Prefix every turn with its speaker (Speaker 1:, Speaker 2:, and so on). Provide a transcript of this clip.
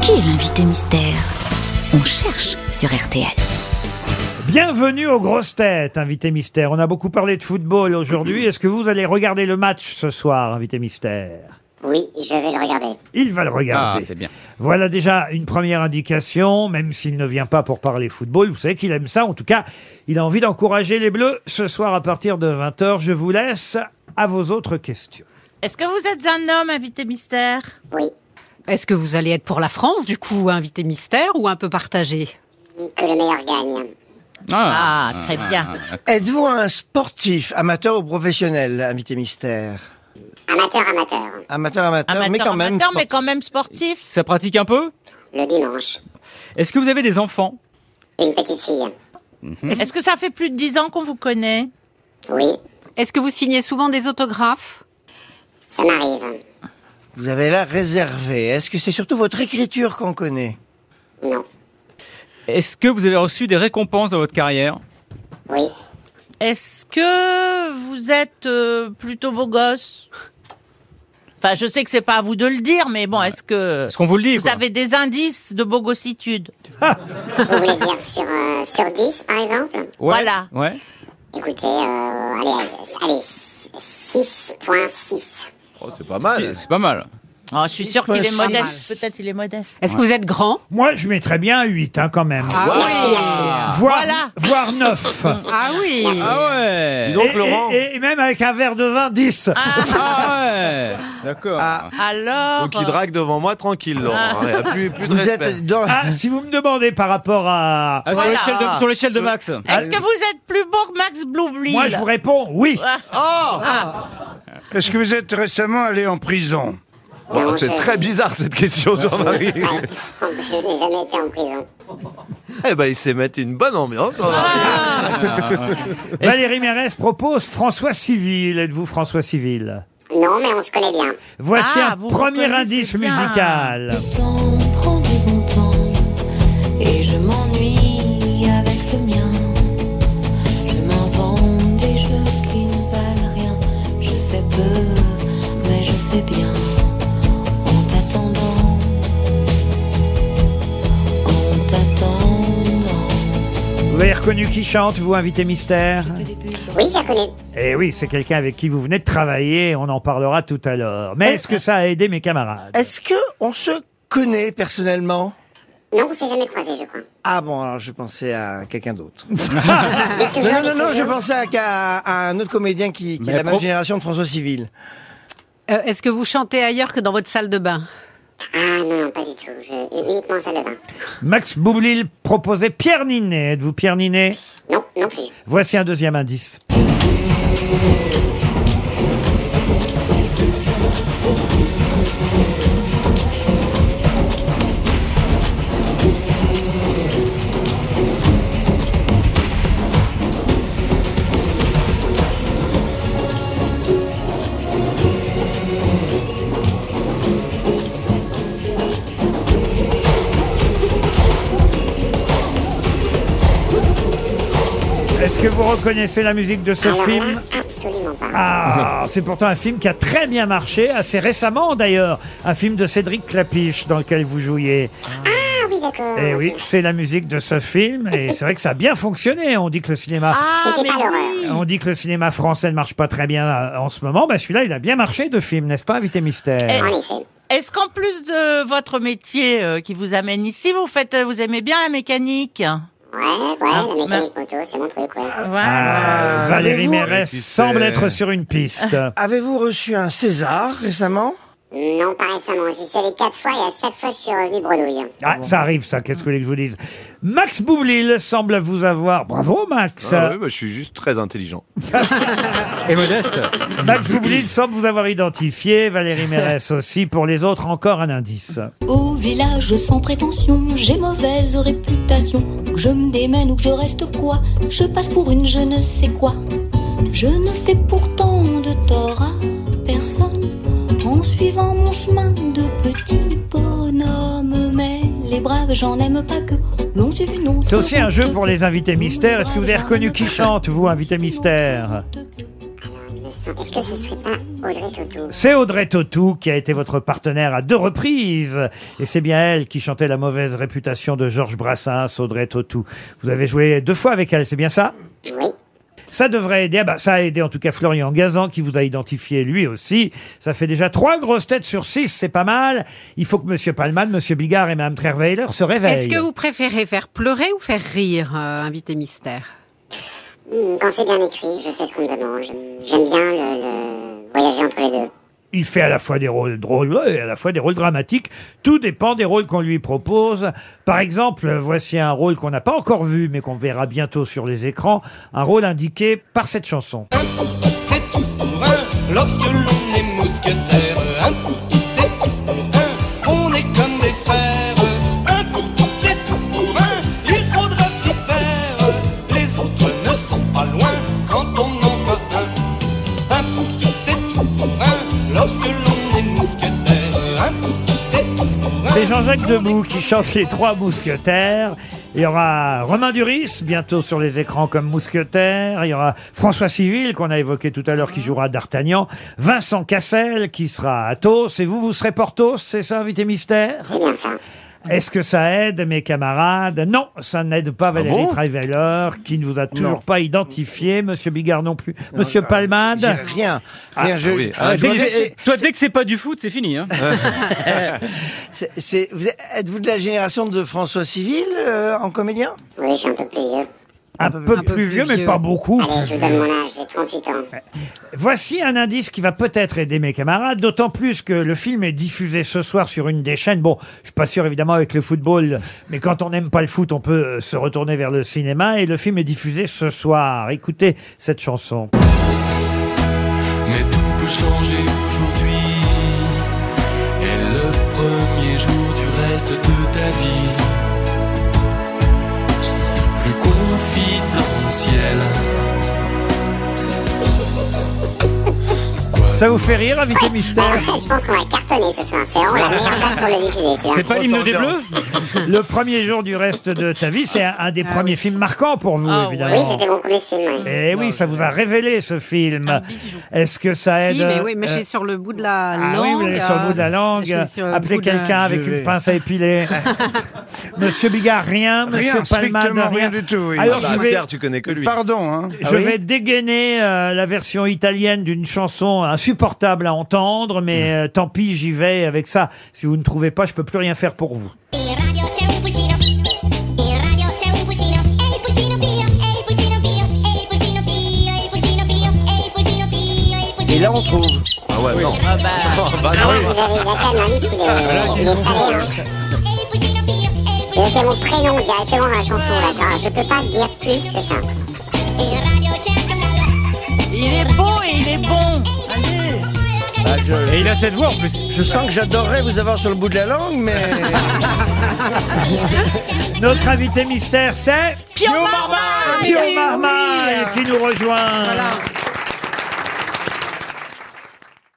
Speaker 1: Qui est l'invité mystère On cherche sur RTL.
Speaker 2: Bienvenue aux grosses têtes, invité mystère. On a beaucoup parlé de football aujourd'hui. Est-ce que vous allez regarder le match ce soir, invité mystère
Speaker 3: Oui, je vais le regarder.
Speaker 2: Il va le regarder.
Speaker 4: Ah, c'est bien.
Speaker 2: Voilà déjà une première indication, même s'il ne vient pas pour parler football. Vous savez qu'il aime ça. En tout cas, il a envie d'encourager les Bleus. Ce soir, à partir de 20h, je vous laisse à vos autres questions.
Speaker 5: Est-ce que vous êtes un homme, invité mystère
Speaker 3: Oui,
Speaker 6: Est-ce que vous allez être pour la France, du coup, invité mystère ou un peu partagé
Speaker 3: que le meilleur gagne.
Speaker 5: Ah, très bien.
Speaker 7: Êtes-vous un sportif, amateur ou professionnel, invité mystère
Speaker 3: Amateur, amateur.
Speaker 7: Amateur, amateur, mais quand même.
Speaker 5: amateur, mais
Speaker 7: sport-
Speaker 5: quand même sportif.
Speaker 4: Ça pratique un peu
Speaker 3: Le dimanche,
Speaker 4: Est-ce que vous avez des enfants
Speaker 3: une petite fille.
Speaker 5: Est-ce que ça fait plus de dix ans qu'on vous connaît
Speaker 3: Oui,
Speaker 6: Est-ce que vous signez souvent des autographes
Speaker 3: ça m'arrive.
Speaker 7: Vous avez l'air réservé. Est-ce que c'est surtout votre écriture qu'on connaît
Speaker 3: Non.
Speaker 4: Est-ce que vous avez reçu des récompenses dans votre carrière
Speaker 3: Oui,
Speaker 5: Est-ce que vous êtes euh, plutôt beau gosse Enfin, je sais que c'est pas à vous de le dire, mais bon, est-ce que
Speaker 4: Est-ce qu'on vous le dit
Speaker 5: vous
Speaker 4: quoi
Speaker 5: avez des indices de beau gossitude
Speaker 3: vous voulez dire sur, euh, sur 10, par exemple
Speaker 4: Ouais,
Speaker 5: Voilà.
Speaker 4: Ouais.
Speaker 3: Écoutez, euh, allez, allez, 6.6.
Speaker 8: Oh, Ah.
Speaker 4: C'est c'est pas mal.
Speaker 5: Oh, Je suis sûre qu'il est
Speaker 6: Pas mal.
Speaker 5: modeste. Peut-être il est modeste.
Speaker 6: Est-ce que vous êtes grand
Speaker 2: Moi, je mettrais bien 8 hein, quand même.
Speaker 3: Merci,
Speaker 2: Voire,
Speaker 3: merci.
Speaker 5: Voilà.
Speaker 2: voire 9.
Speaker 6: Ah oui
Speaker 4: Ah ouais
Speaker 2: et, et- et même avec un verre de vin, 10.
Speaker 4: Ah ouais D'accord.
Speaker 7: Ah.
Speaker 5: Alors,
Speaker 8: Donc il drague devant moi tranquille, Laurent. hein. Il n'y a plus, plus de
Speaker 7: Vous
Speaker 8: respect.
Speaker 7: êtes dans...
Speaker 2: Ah, si vous me demandez par rapport à...
Speaker 4: Ah, sur
Speaker 5: Voilà.
Speaker 4: l'échelle de- Sur l'échelle de, Max.
Speaker 5: est-ce que vous êtes plus beau que Max Bloublil
Speaker 2: Moi, je vous réponds oui.
Speaker 5: Ah.
Speaker 9: Est-ce que vous êtes récemment allé en prison
Speaker 8: Bon,
Speaker 3: Non,
Speaker 8: c'est
Speaker 3: j'ai-
Speaker 8: très bizarre cette question, Jean-Marie.
Speaker 3: Ah, Je n'ai jamais été en prison.
Speaker 8: eh ben, il sait mettre une bonne ambiance.
Speaker 2: Ah.
Speaker 8: Jean-Marie.
Speaker 2: Valérie Mérès propose François Civil. Êtes-vous François Civil
Speaker 3: Non, mais on se connaît bien.
Speaker 2: Voici
Speaker 5: Ah,
Speaker 2: un
Speaker 5: vous
Speaker 2: premier
Speaker 5: reconnaissez
Speaker 2: indice
Speaker 5: bien.
Speaker 2: musical.
Speaker 10: temps prend du bon temps et je m'ennuie avec le mien. Je m'invente des jeux qui ne valent rien. Je fais peu, mais je fais bien en t'attendant. En t'attendant.
Speaker 2: Vous avez reconnu qui chante, vous, invité mystère
Speaker 3: Oui, j'ai connu.
Speaker 2: Eh oui, c'est quelqu'un avec qui vous venez de travailler. On en parlera tout à l'heure. Mais est-ce que ça a aidé mes camarades
Speaker 7: Est-ce que on se connaît personnellement
Speaker 3: Non, on s'est jamais croisés, je crois.
Speaker 7: Ah bon, alors je pensais à quelqu'un d'autre.
Speaker 3: De toujours,
Speaker 7: Non,
Speaker 3: de
Speaker 7: non, non, je
Speaker 3: toujours.
Speaker 7: pensais à, qu'à- à un autre comédien qui, qui est
Speaker 4: Mais
Speaker 7: de la même
Speaker 4: pro-
Speaker 7: génération de François Civil.
Speaker 6: Euh, Est-ce que vous chantez ailleurs que dans votre salle de bain
Speaker 3: Ah non, non, pas du tout. Je, uniquement en salle de bain.
Speaker 2: Max Boublil proposait Pierre Ninet. Êtes-vous Pierre Ninet
Speaker 3: Non, non plus.
Speaker 2: Voici un deuxième indice. Est-ce que vous reconnaissez la musique de ce
Speaker 3: Alors
Speaker 2: film
Speaker 3: là, absolument pas.
Speaker 2: Ah, c'est pourtant un film qui a très bien marché, assez récemment d'ailleurs. Un film de Cédric Clapiche dans lequel vous jouiez.
Speaker 3: Ah oui, d'accord.
Speaker 2: Eh
Speaker 3: ok.
Speaker 2: oui, c'est la musique de ce film et c'est vrai que ça a bien fonctionné. On dit que le cinéma,
Speaker 5: Ah,
Speaker 3: C'était
Speaker 5: mais
Speaker 3: pas l'horreur.
Speaker 5: oui.
Speaker 2: on dit que le cinéma français ne marche pas très bien euh, en ce moment. Bah celui-là, il a bien marché de film, n'est-ce pas, Invité Mystère
Speaker 3: En effet.
Speaker 5: Est-ce qu'en plus de votre métier euh, qui vous amène ici, vous faites, euh, vous aimez bien la mécanique
Speaker 3: Ouais,
Speaker 4: Ah,
Speaker 3: ouais, la mécanique moto, c'est mon truc, ouais.
Speaker 5: Voilà.
Speaker 2: Ah, Valérie
Speaker 7: avez-vous-
Speaker 2: Mérès
Speaker 8: Qui
Speaker 2: semble
Speaker 8: sait
Speaker 2: être sur une piste.
Speaker 7: Avez-vous reçu un César récemment
Speaker 3: Non, pas récemment. J'y suis allé quatre fois et à chaque fois, je suis revenu bredouille.
Speaker 2: Ah, ça arrive, ça. Qu'est-ce que vous voulez que je vous dise Max Boublil semble vous avoir. Bravo, Max.
Speaker 8: Ah ouais, bah, je suis juste très intelligent.
Speaker 4: Et modeste.
Speaker 2: Max Boublil semble vous avoir identifié. Valérie Mérès aussi. Pour les autres, encore un indice.
Speaker 10: Au village sans prétention, j'ai mauvaise réputation. Que je me démène ou que je reste quoi, je passe pour une je ne sais quoi. Je ne fais pourtant de tort à personne en suivant mon chemin de petit bonhomme. Mais les braves, j'en aime pas que l'on suive une autre.
Speaker 2: C'est aussi un jeu
Speaker 10: route
Speaker 2: pour les invités
Speaker 10: que-
Speaker 2: mystères. Est-ce que vous avez reconnu qui chante, vous, invité mystère
Speaker 3: Alors, il me semble Est-ce que ce serait pas Audrey Tautou
Speaker 2: C'est Audrey Tautou qui a été votre partenaire à deux reprises. Et c'est bien elle qui chantait la mauvaise réputation de Georges Brassens, Audrey Tautou. Vous avez joué deux fois avec elle, c'est bien ça
Speaker 3: Oui.
Speaker 2: Ça devrait aider. Ah bah, ça a aidé en tout cas Florian Gazan qui vous a identifié lui aussi. Ça fait déjà trois grosses têtes sur six, c'est pas mal. Il faut que Monsieur Palman, Monsieur Bigard et Mme Trerweiler se réveillent.
Speaker 6: Est-ce que vous préférez faire pleurer ou faire rire, euh, invité mystère
Speaker 3: Hmm, Quand c'est bien écrit, je fais ce qu'on me demande. J'aime bien le, le voyager entre les deux.
Speaker 2: Il fait à la fois des rôles drôles et à la fois des rôles dramatiques. Tout dépend des rôles qu'on lui propose. Par exemple, voici un rôle qu'on n'a pas encore vu, mais qu'on verra bientôt sur les écrans. Un rôle indiqué par cette chanson.
Speaker 11: C'est tous pour un lorsque l'on est mousquetaire. Un pour tous, c'est tous pour un, on est comme des frères. Un pour tous, c'est tous pour un, il faudra s'y faire. Les autres ne sont pas loin quand on en veut un. Un pour tous, c'est tous pour un, lorsque l'on est mousquetaire. Un pour tous, c'est tous pour un.
Speaker 2: C'est Jean-Jacques Debout qui chante les trois mousquetaires. Il y aura Romain Duris bientôt sur les écrans comme mousquetaire. Il y aura François Civil qu'on a évoqué tout à l'heure qui jouera D'Artagnan. Vincent Cassel qui sera Athos. Et vous, vous serez Porthos, c'est ça, invité mystère
Speaker 3: C'est bien ça.
Speaker 2: Est-ce que ça aide mes camarades Non, ça n'aide pas Valérie
Speaker 8: bon
Speaker 2: Trierweiler, qui ne vous a toujours pas identifié, Monsieur Bigard non plus, Monsieur Palmade.
Speaker 7: J'ai rien. rien je-
Speaker 8: oui.
Speaker 7: je-
Speaker 8: Ah,
Speaker 7: je-
Speaker 4: Dès que
Speaker 7: c'est-
Speaker 4: c'est- Toi, dès que c'est pas du foot, c'est fini. Hein.
Speaker 7: c'est- c'est- vous êtes- Êtes-vous de la génération de François Civil euh, en comédien
Speaker 3: Oui, je suis un peu plus vieux.
Speaker 2: Un peu
Speaker 6: peu
Speaker 2: plus
Speaker 6: plus
Speaker 2: vieux, mais
Speaker 6: vieux.
Speaker 2: pas beaucoup.
Speaker 3: Allez, Ah, je vous donne mon âge, j'ai 38 ans.
Speaker 2: Voici un indice qui va peut-être aider mes camarades, d'autant plus que le film est diffusé ce soir sur une des chaînes. Bon, je suis pas sûr évidemment avec le football, mais quand on n'aime pas le foot, on peut euh, se retourner vers le cinéma et le film est diffusé ce soir. Écoutez cette chanson.
Speaker 11: Mais tout peut changer aujourd'hui. Et le premier jour du reste de ta vie. Plus confidentiel. Pourquoi
Speaker 2: Ça vous fait rire, invité mystère
Speaker 3: Bah, je pense qu'on va cartonner ce soir. C'est vraiment la meilleure date pour le diffuser,
Speaker 4: C'est
Speaker 3: celui-là.
Speaker 4: pas l'hymne des
Speaker 8: Ah bah,
Speaker 4: Bleus
Speaker 2: Le premier jour du reste de ta vie, c'est un, un
Speaker 6: Ah
Speaker 2: des premiers films marquants pour vous,
Speaker 5: Ah,
Speaker 2: évidemment.
Speaker 3: Oui, c'était mon premier film. oui.
Speaker 2: Eh oui, ça vous a révélé ce film.
Speaker 5: bijou.
Speaker 2: Est-ce que ça aide
Speaker 6: Si, mais oui,
Speaker 2: euh,
Speaker 6: mais je suis sur le bout de la
Speaker 2: Ah
Speaker 6: langue.
Speaker 2: oui, vous l'avez sur le bout de la
Speaker 6: euh,
Speaker 2: langue.
Speaker 6: je suis sur le
Speaker 2: Appelez
Speaker 6: bout de la-
Speaker 2: quelqu'un avec
Speaker 7: Je
Speaker 2: une
Speaker 7: vais.
Speaker 2: pince à épiler. Monsieur Bigard,
Speaker 9: Rien,
Speaker 2: rien. Monsieur Palmade,
Speaker 9: strictement rien
Speaker 2: rien.
Speaker 9: du tout, oui.
Speaker 2: Alors,
Speaker 8: Ah bah,
Speaker 2: je vais,
Speaker 8: Pierre, tu connais que lui.
Speaker 9: Pardon, hein.
Speaker 2: je vais dégainer euh, la version italienne d'une chanson insupportable à entendre, mais euh, tant pis, j'y vais avec ça. Si vous ne trouvez pas, je peux plus rien faire pour vous.
Speaker 10: In radio c'è un pulcino, in radio c'è un pulcino, e il pulcino pio, e il pulcino pio, e il pulcino pio, e il pulcino pio, e il pulcino pio, e il pulcino
Speaker 7: Et là, on
Speaker 10: pio.
Speaker 7: trouve.
Speaker 8: Ah ouais, non.
Speaker 5: Ah bah,
Speaker 8: Ah bah
Speaker 3: Ah
Speaker 8: non.
Speaker 3: ouais, vous avez, il y a quand même un indice, il est, il est salé. hein.
Speaker 10: E il pulcino pio, e il pulcino
Speaker 3: C'était mon prénom directement dans la chanson, là. Genre, je peux pas dire plus que ça.
Speaker 10: pio. In radio c'è un cambrello,
Speaker 5: il est bon et il est bon.
Speaker 7: Ah, je,
Speaker 4: Et il a cette voix en plus.
Speaker 7: je sens que j'adorerais vous avoir sur le bout de la langue, mais.
Speaker 2: Notre invité mystère, c'est
Speaker 5: Pio Marmaille
Speaker 2: Pio
Speaker 6: Mais oui.
Speaker 2: Marmaille qui nous rejoint.
Speaker 6: Voilà.